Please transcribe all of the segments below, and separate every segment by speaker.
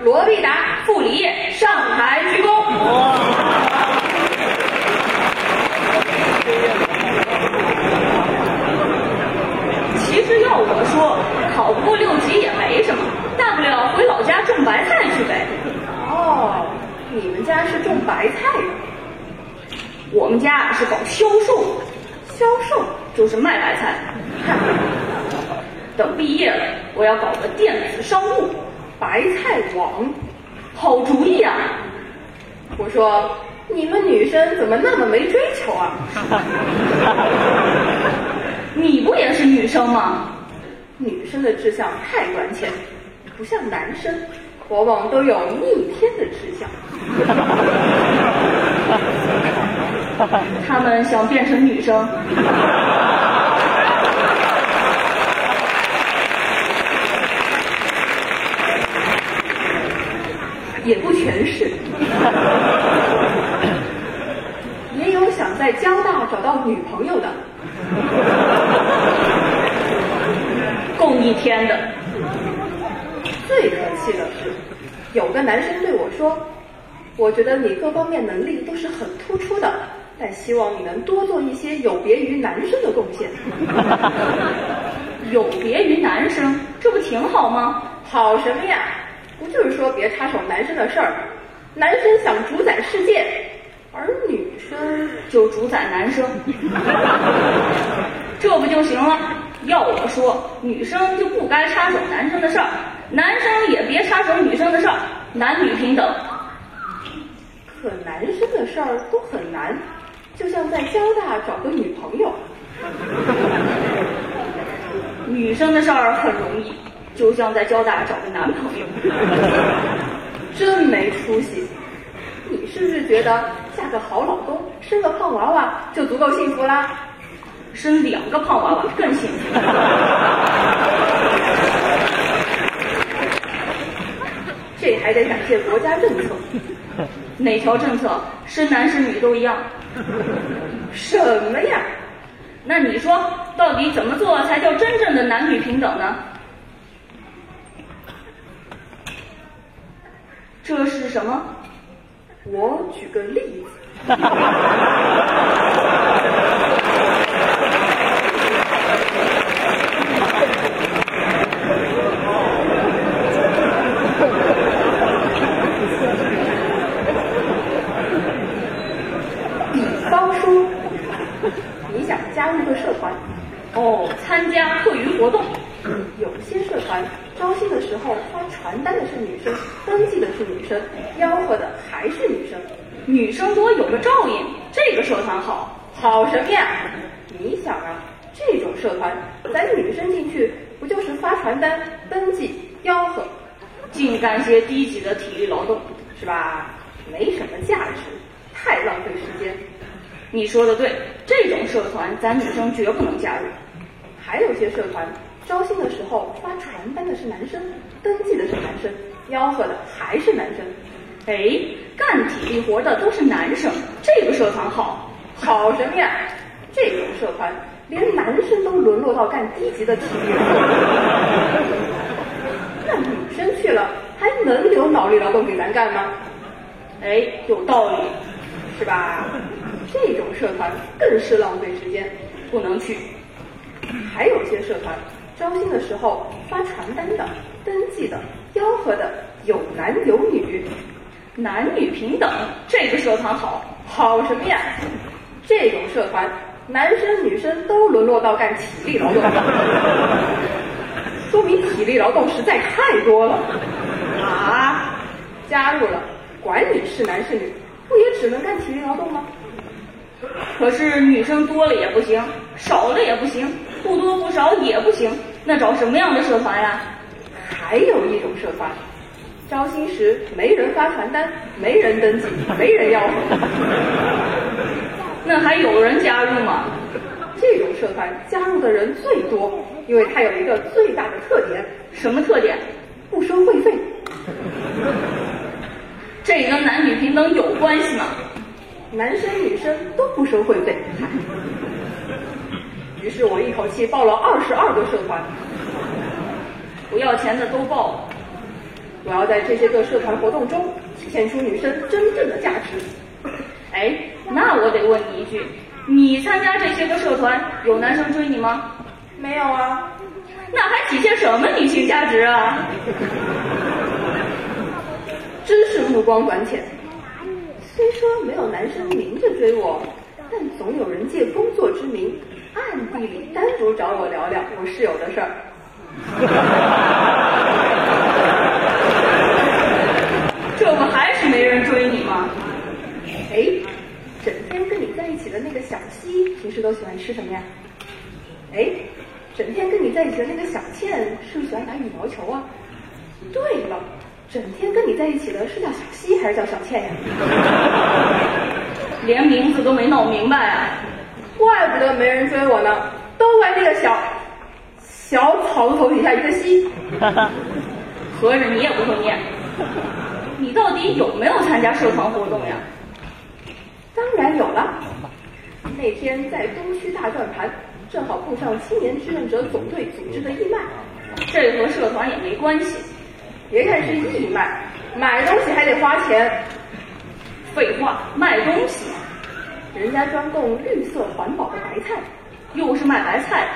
Speaker 1: 罗必达、傅里叶上台鞠躬。其实要我说，考不过六级也没什么，大不了回老家种白菜去呗。哦，你们家是种白菜的，我们家是搞销售的，销售就是卖白菜。等毕业了，我要搞个电子商务，白菜网，好主意啊！我说，你们女生怎么那么没追求啊？ 你不也是女生吗？女生的志向太关键，不像男生，往往都有逆天的志向。 他们想变成女生。也不全是，也有想在交大找到女朋友的，够一天的。最可气的是，有个男生对我说：“我觉得你各方面能力都是很突出的，但希望你能多做一些有别于男生的贡献。”有别于男生，这不挺好吗？好什么呀？不就是说别插手男生的事儿？男生想主宰世界，而女生就主宰男生， 这不就行了？要我说，女生就不该插手男生的事儿，男生也别插手女生的事儿，男女平等。可男生的事儿都很难，就像在交大找个女朋友。女生的事儿很容易，就像在交大找个男朋友。真没出息！你是不是觉得嫁个好老公，生个胖娃娃就足够幸福啦？生两个胖娃娃更幸福。这还得感谢国家政策，哪条政策生男生女都一样？什么呀？那你说，到底怎么做才叫真正的男女平等呢？这是什么？我举个例子。比方说，你想加入个社团，哦，参加课余活动。有些社团招新的时候发传单的是女生，登记的是女生，吆喝的还是女生。女生多有个照应，这个社团好，好什么呀？你想啊，这种社团，咱女生进去不就是发传单、登记、吆喝，净干些低级的体力劳动，是吧？没什么价值，太浪费时间。你说的对，这种社团咱女生绝不能加入。还有些社团招新的时候发传单的是男生，登记的是男生，吆喝的还是男生。哎，干体力活的都是男生，这个社团好，好什么呀？这种社团连男生都沦落到干低级的体力活。那女生去了，还能留脑力劳动给咱干吗？哎，有道理，是吧？这种社团更是浪费时间，不能去。还有些社团招新的时候发传单的、登记的、吆喝的有男有女，男女平等，这个社团好，好什么呀？这种社团男生女生都沦落到干体力劳动，说明体力劳动实在太多了啊！加入了，管你是男是女，不也只能干体力劳动吗？可是女生多了也不行，少了也不行，不多不少也不行，那找什么样的社团呀？还有一种社团，招新时没人发传单，没人登记，没人吆喝， 那还有人加入吗？这种社团加入的人最多，因为它有一个最大的特点，什么特点？不收会费。这跟男女平等有关系吗？男生女生都不收会费。于是我一口气报了二十二个社团，不要钱的都报了。我要在这些个社团活动中体现出女生真正的价值。
Speaker 2: 哎，那我得问你一句，你参加这些个社团，有男生追你吗？
Speaker 1: 没有啊，
Speaker 2: 那还体现什么女性价值啊？
Speaker 1: 真是目光短浅。虽说没有男生明着追我，但总有人借工作之名，暗地里单独找我聊聊我室友的事儿。
Speaker 2: 这不还是没人追你吗？
Speaker 1: 哎，整天跟你在一起的那个小西，平时都喜欢吃什么呀？哎，整天跟你在一起的那个小倩，是不是喜欢打羽毛球啊？对了，整天跟你在一起的是叫小西还是叫小倩呀？
Speaker 2: 连名字都没弄明白啊！
Speaker 1: 怪不得没人追我呢，都怪那个小小草字头底下一个西。
Speaker 2: 合着你也不会念，你到底有没有参加社团活动呀？
Speaker 1: 当然有了。那天在东区大转盘，正好碰上青年志愿者总队组织的义卖。
Speaker 2: 这和社团也没关系。
Speaker 1: 别看是义卖，买东西还得花钱。
Speaker 2: 废话，卖东西
Speaker 1: 人家专供绿色环保的白菜，
Speaker 2: 又是卖白菜。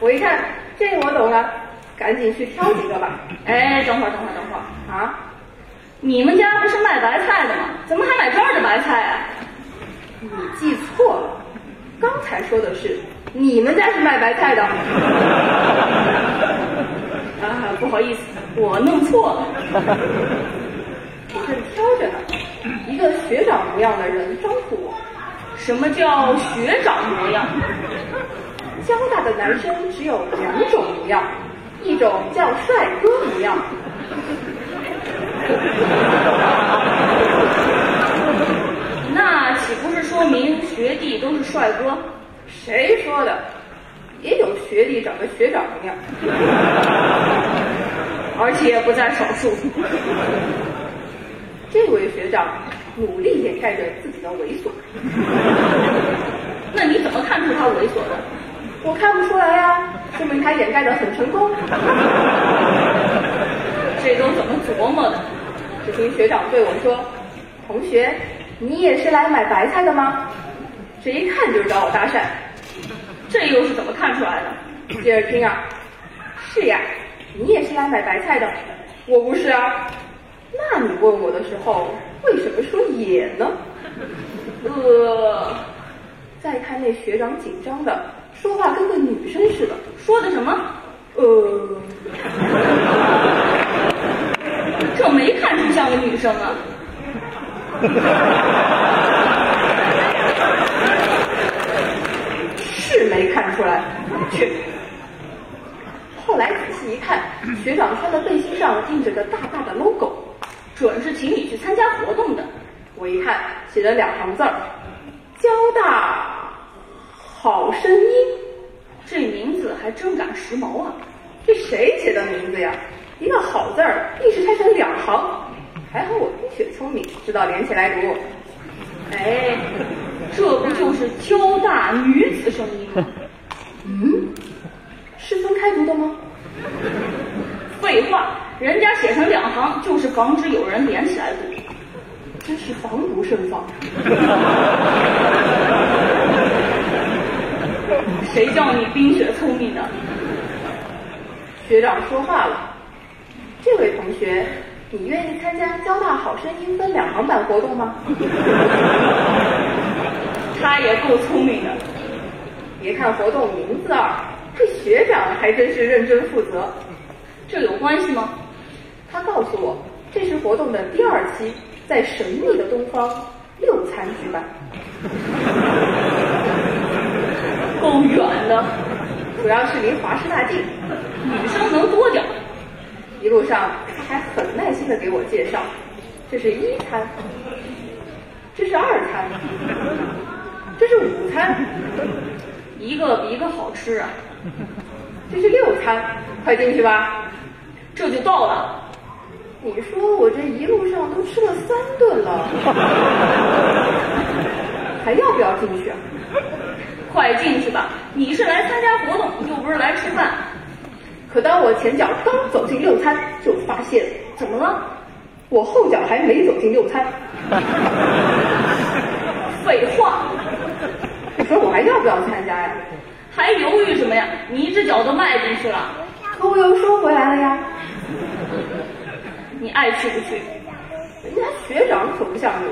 Speaker 1: 我一看这我懂了，赶紧去挑几个吧。
Speaker 2: 哎，等会儿，等会儿，等会儿，
Speaker 1: 啊，
Speaker 2: 你们家不是卖白菜的吗？怎么还买这儿的白菜啊？
Speaker 1: 你记错了，刚才说的是你们家是卖白菜的。
Speaker 2: 啊，不好意思，我弄错了。
Speaker 1: 我正挑着呢，一个学长模样的人招呼我。
Speaker 2: 什么叫学长模样？
Speaker 1: 交大的男生只有两种模样，一种叫帅哥模样，
Speaker 2: 那岂不是说明学弟都是帅哥？
Speaker 1: 谁说的？也有学弟长得学长模样。
Speaker 2: 而且不在少数。
Speaker 1: 这位学长努力掩盖着自己的猥琐，
Speaker 2: 那你怎么看出他猥琐的？
Speaker 1: 我看不出来呀、说明他掩盖的很成功。
Speaker 2: 这都怎么琢磨的？
Speaker 1: 只听学长对我说：“同学，你也是来买白菜的吗？”这一看就是找我搭讪。
Speaker 2: 这又是怎么看出来 的？
Speaker 1: 接着听啊，是呀，你也是来买白菜的，我不是啊。那你问我的时候，为什么说也 呢？
Speaker 2: 呃，
Speaker 1: 再看那学长紧张的，说话跟个女生似的。
Speaker 2: 说的什么？
Speaker 1: 呃，
Speaker 2: 这没看出像个女生啊。
Speaker 1: 是没看出来，去。后来仔细一看，学长穿的背心上印着个大大的 logo，
Speaker 2: 准是请你去参加活动的。
Speaker 1: 我一看写了两行字儿：“交大好声音
Speaker 2: 这名字还真赶时髦啊！”。
Speaker 1: 这谁写的名字呀？一个好字儿硬是拆成两行，还好我冰雪聪明，知道连起来读。
Speaker 2: 哎，这不就是交大女子声音吗？
Speaker 1: 嗯，是分开读的吗？
Speaker 2: 废话，人家写成两行就是防止有人连起来读。
Speaker 1: 真是防不胜防。啊
Speaker 2: 谁叫你冰雪聪明的？
Speaker 1: 学长说话了：“这位同学，你愿意参加交大好声音分两行版活动吗？
Speaker 2: 他也够聪明的。
Speaker 1: 别看活动名字啊，这学长还真是认真负责。
Speaker 2: 这有关系吗？
Speaker 1: 他告诉我，这是活动的第二期，在神秘的东方六餐举办，
Speaker 2: 够远的，
Speaker 1: 主要是离华师大近。
Speaker 2: 女生能多点儿。
Speaker 1: 一路上，他还很耐心的给我介绍，这是一餐，这是二餐，这是午餐，
Speaker 2: 一个比一个好吃啊！
Speaker 1: 这是六餐，快进去吧。
Speaker 2: 这就到了，
Speaker 1: 你说我这一路上都吃了三顿了，还要不要进去啊？
Speaker 2: 快进去吧。你是来参加活动，又不是来吃饭。
Speaker 1: 可当我前脚刚走进六餐，就发现怎么了？我后脚还没走进六餐。
Speaker 2: 废话，
Speaker 1: 你说我还要不要参加呀？
Speaker 2: 还犹豫什么呀？你一只脚都迈进去了，
Speaker 1: 可我又收回来了呀。
Speaker 2: 你爱去不去？
Speaker 1: 人家学长可不像你，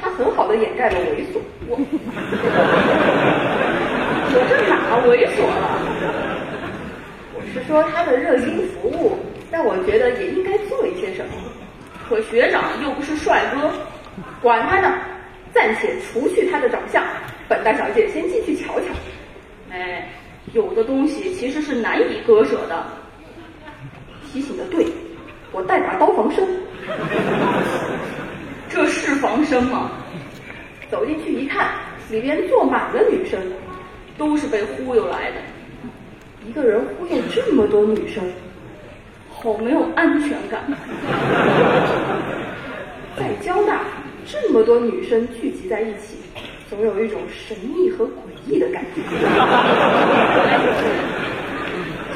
Speaker 1: 他很好的掩盖了猥琐。我
Speaker 2: 我这哪儿猥琐了？
Speaker 1: 我是说他的热心服务，让我觉得也应该做一些什么。
Speaker 2: 可学长又不是帅哥，
Speaker 1: 管他呢，暂且除去他的长相，本大小姐先进去瞧瞧。
Speaker 2: 哎，有的东西其实是难以割舍的。
Speaker 1: 提醒的对，我带把刀防身。
Speaker 2: 这是防身吗？
Speaker 1: 走进去一看，里边坐满了女生，
Speaker 2: 都是被忽悠来的，
Speaker 1: 一个人忽悠这么多女生，
Speaker 2: 好没有安全感。
Speaker 1: 在交大这么多女生聚集在一起，总有一种神秘和诡异的感觉，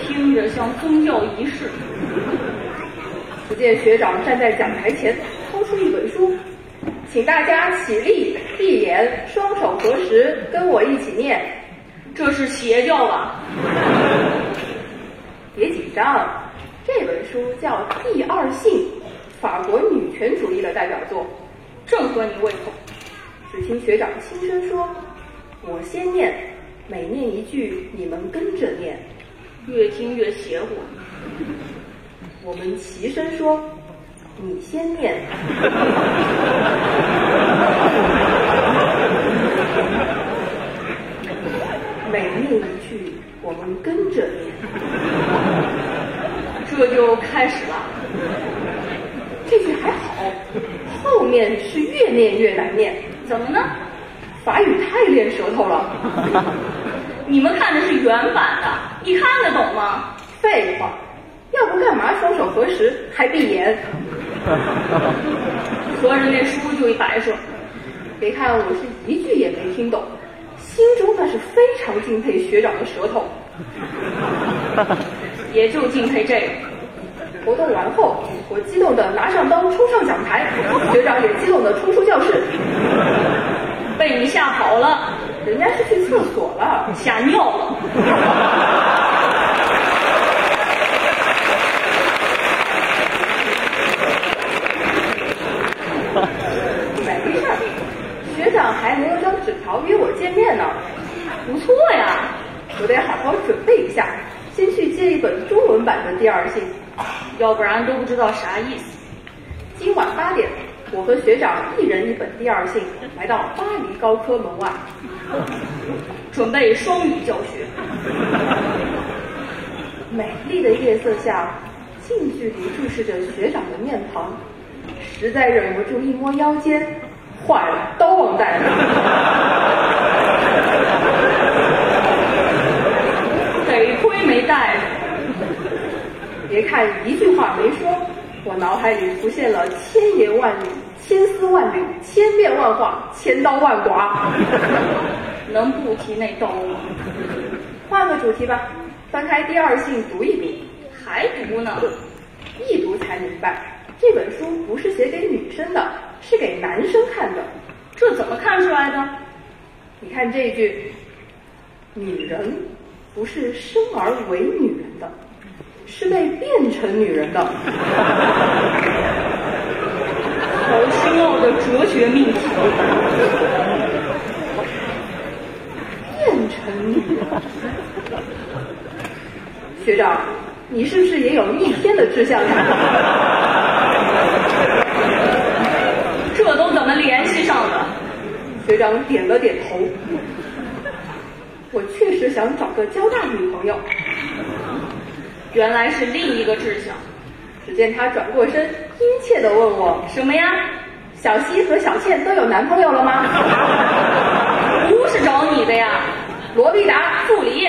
Speaker 2: 听着像宗教仪式。
Speaker 1: 只见学长站在讲台前，掏出一本书，请大家起立、闭眼、双手合十，跟我一起念。
Speaker 2: 这是邪教吧？
Speaker 1: 啊 别紧张，这本书叫《第二性》，法国女权主义的代表作，
Speaker 2: 正合你胃口。
Speaker 1: 只听学长轻声说：“我先念，每念一句，你们跟着念。
Speaker 2: 越听越邪乎。”
Speaker 1: 我们齐声说：“你先念。”每念一句，我们跟着念。
Speaker 2: 这就开始了。
Speaker 1: 这句还好，后面是越念越难念。
Speaker 2: 怎么呢？
Speaker 1: 法语太练舌头了。
Speaker 2: 你们看的是原版的，你看得懂吗？
Speaker 1: 废话。要不干嘛双手合十还闭眼？
Speaker 2: 合着那书就一摆手。
Speaker 1: 别看我是一句也没听懂，心中那是非常敬佩学长的舌头。
Speaker 2: 也就敬佩这个。
Speaker 1: 活动完后，我激动的拿上刀冲上讲台，学长也激动的冲出教室。
Speaker 2: 被你吓跑了，
Speaker 1: 人家是去厕所了，
Speaker 2: 吓尿了。
Speaker 1: 没事儿，学长还留了张纸条约我见面呢，
Speaker 2: 不错呀，
Speaker 1: 我得好好准备一下，先去借一本中文版的《第二性》，
Speaker 2: 要不然都不知道啥意思。
Speaker 1: 今晚八点，我和学长一人一本《第二性》，来到巴黎高科门外，
Speaker 2: 准备双语教学。
Speaker 1: 美丽的夜色下，近距离注视着学长的面庞。实在忍不住一摸腰间，坏了，刀忘带了。
Speaker 2: 得亏没带着。
Speaker 1: 别看一句话没说，我脑海里浮现了千言万语、千丝万缕、千变万化、千刀万剐。
Speaker 2: 能不提那刀吗？
Speaker 1: 换个主题吧，翻开《第二性》读一读，
Speaker 2: 还读呢？
Speaker 1: 一读才明白。这本书不是写给女生的，是给男生看的。
Speaker 2: 这怎么看出来的？
Speaker 1: 你看这句：“女人不是生而为女人的，是被变成女人的。”
Speaker 2: 好深奥的哲学命题。
Speaker 1: 变成女人，学长，你是不是也有逆天的志向呀？
Speaker 2: 这都怎么联系上的？
Speaker 1: 学长点了点头。我确实想找个交大女朋友，
Speaker 2: 原来是另一个志向。
Speaker 1: 只见他转过身，殷切地问我：“
Speaker 2: 什么呀？
Speaker 1: 小西和小倩都有男朋友了吗？”
Speaker 2: 不是找你的呀，
Speaker 1: 罗必达
Speaker 2: 助理。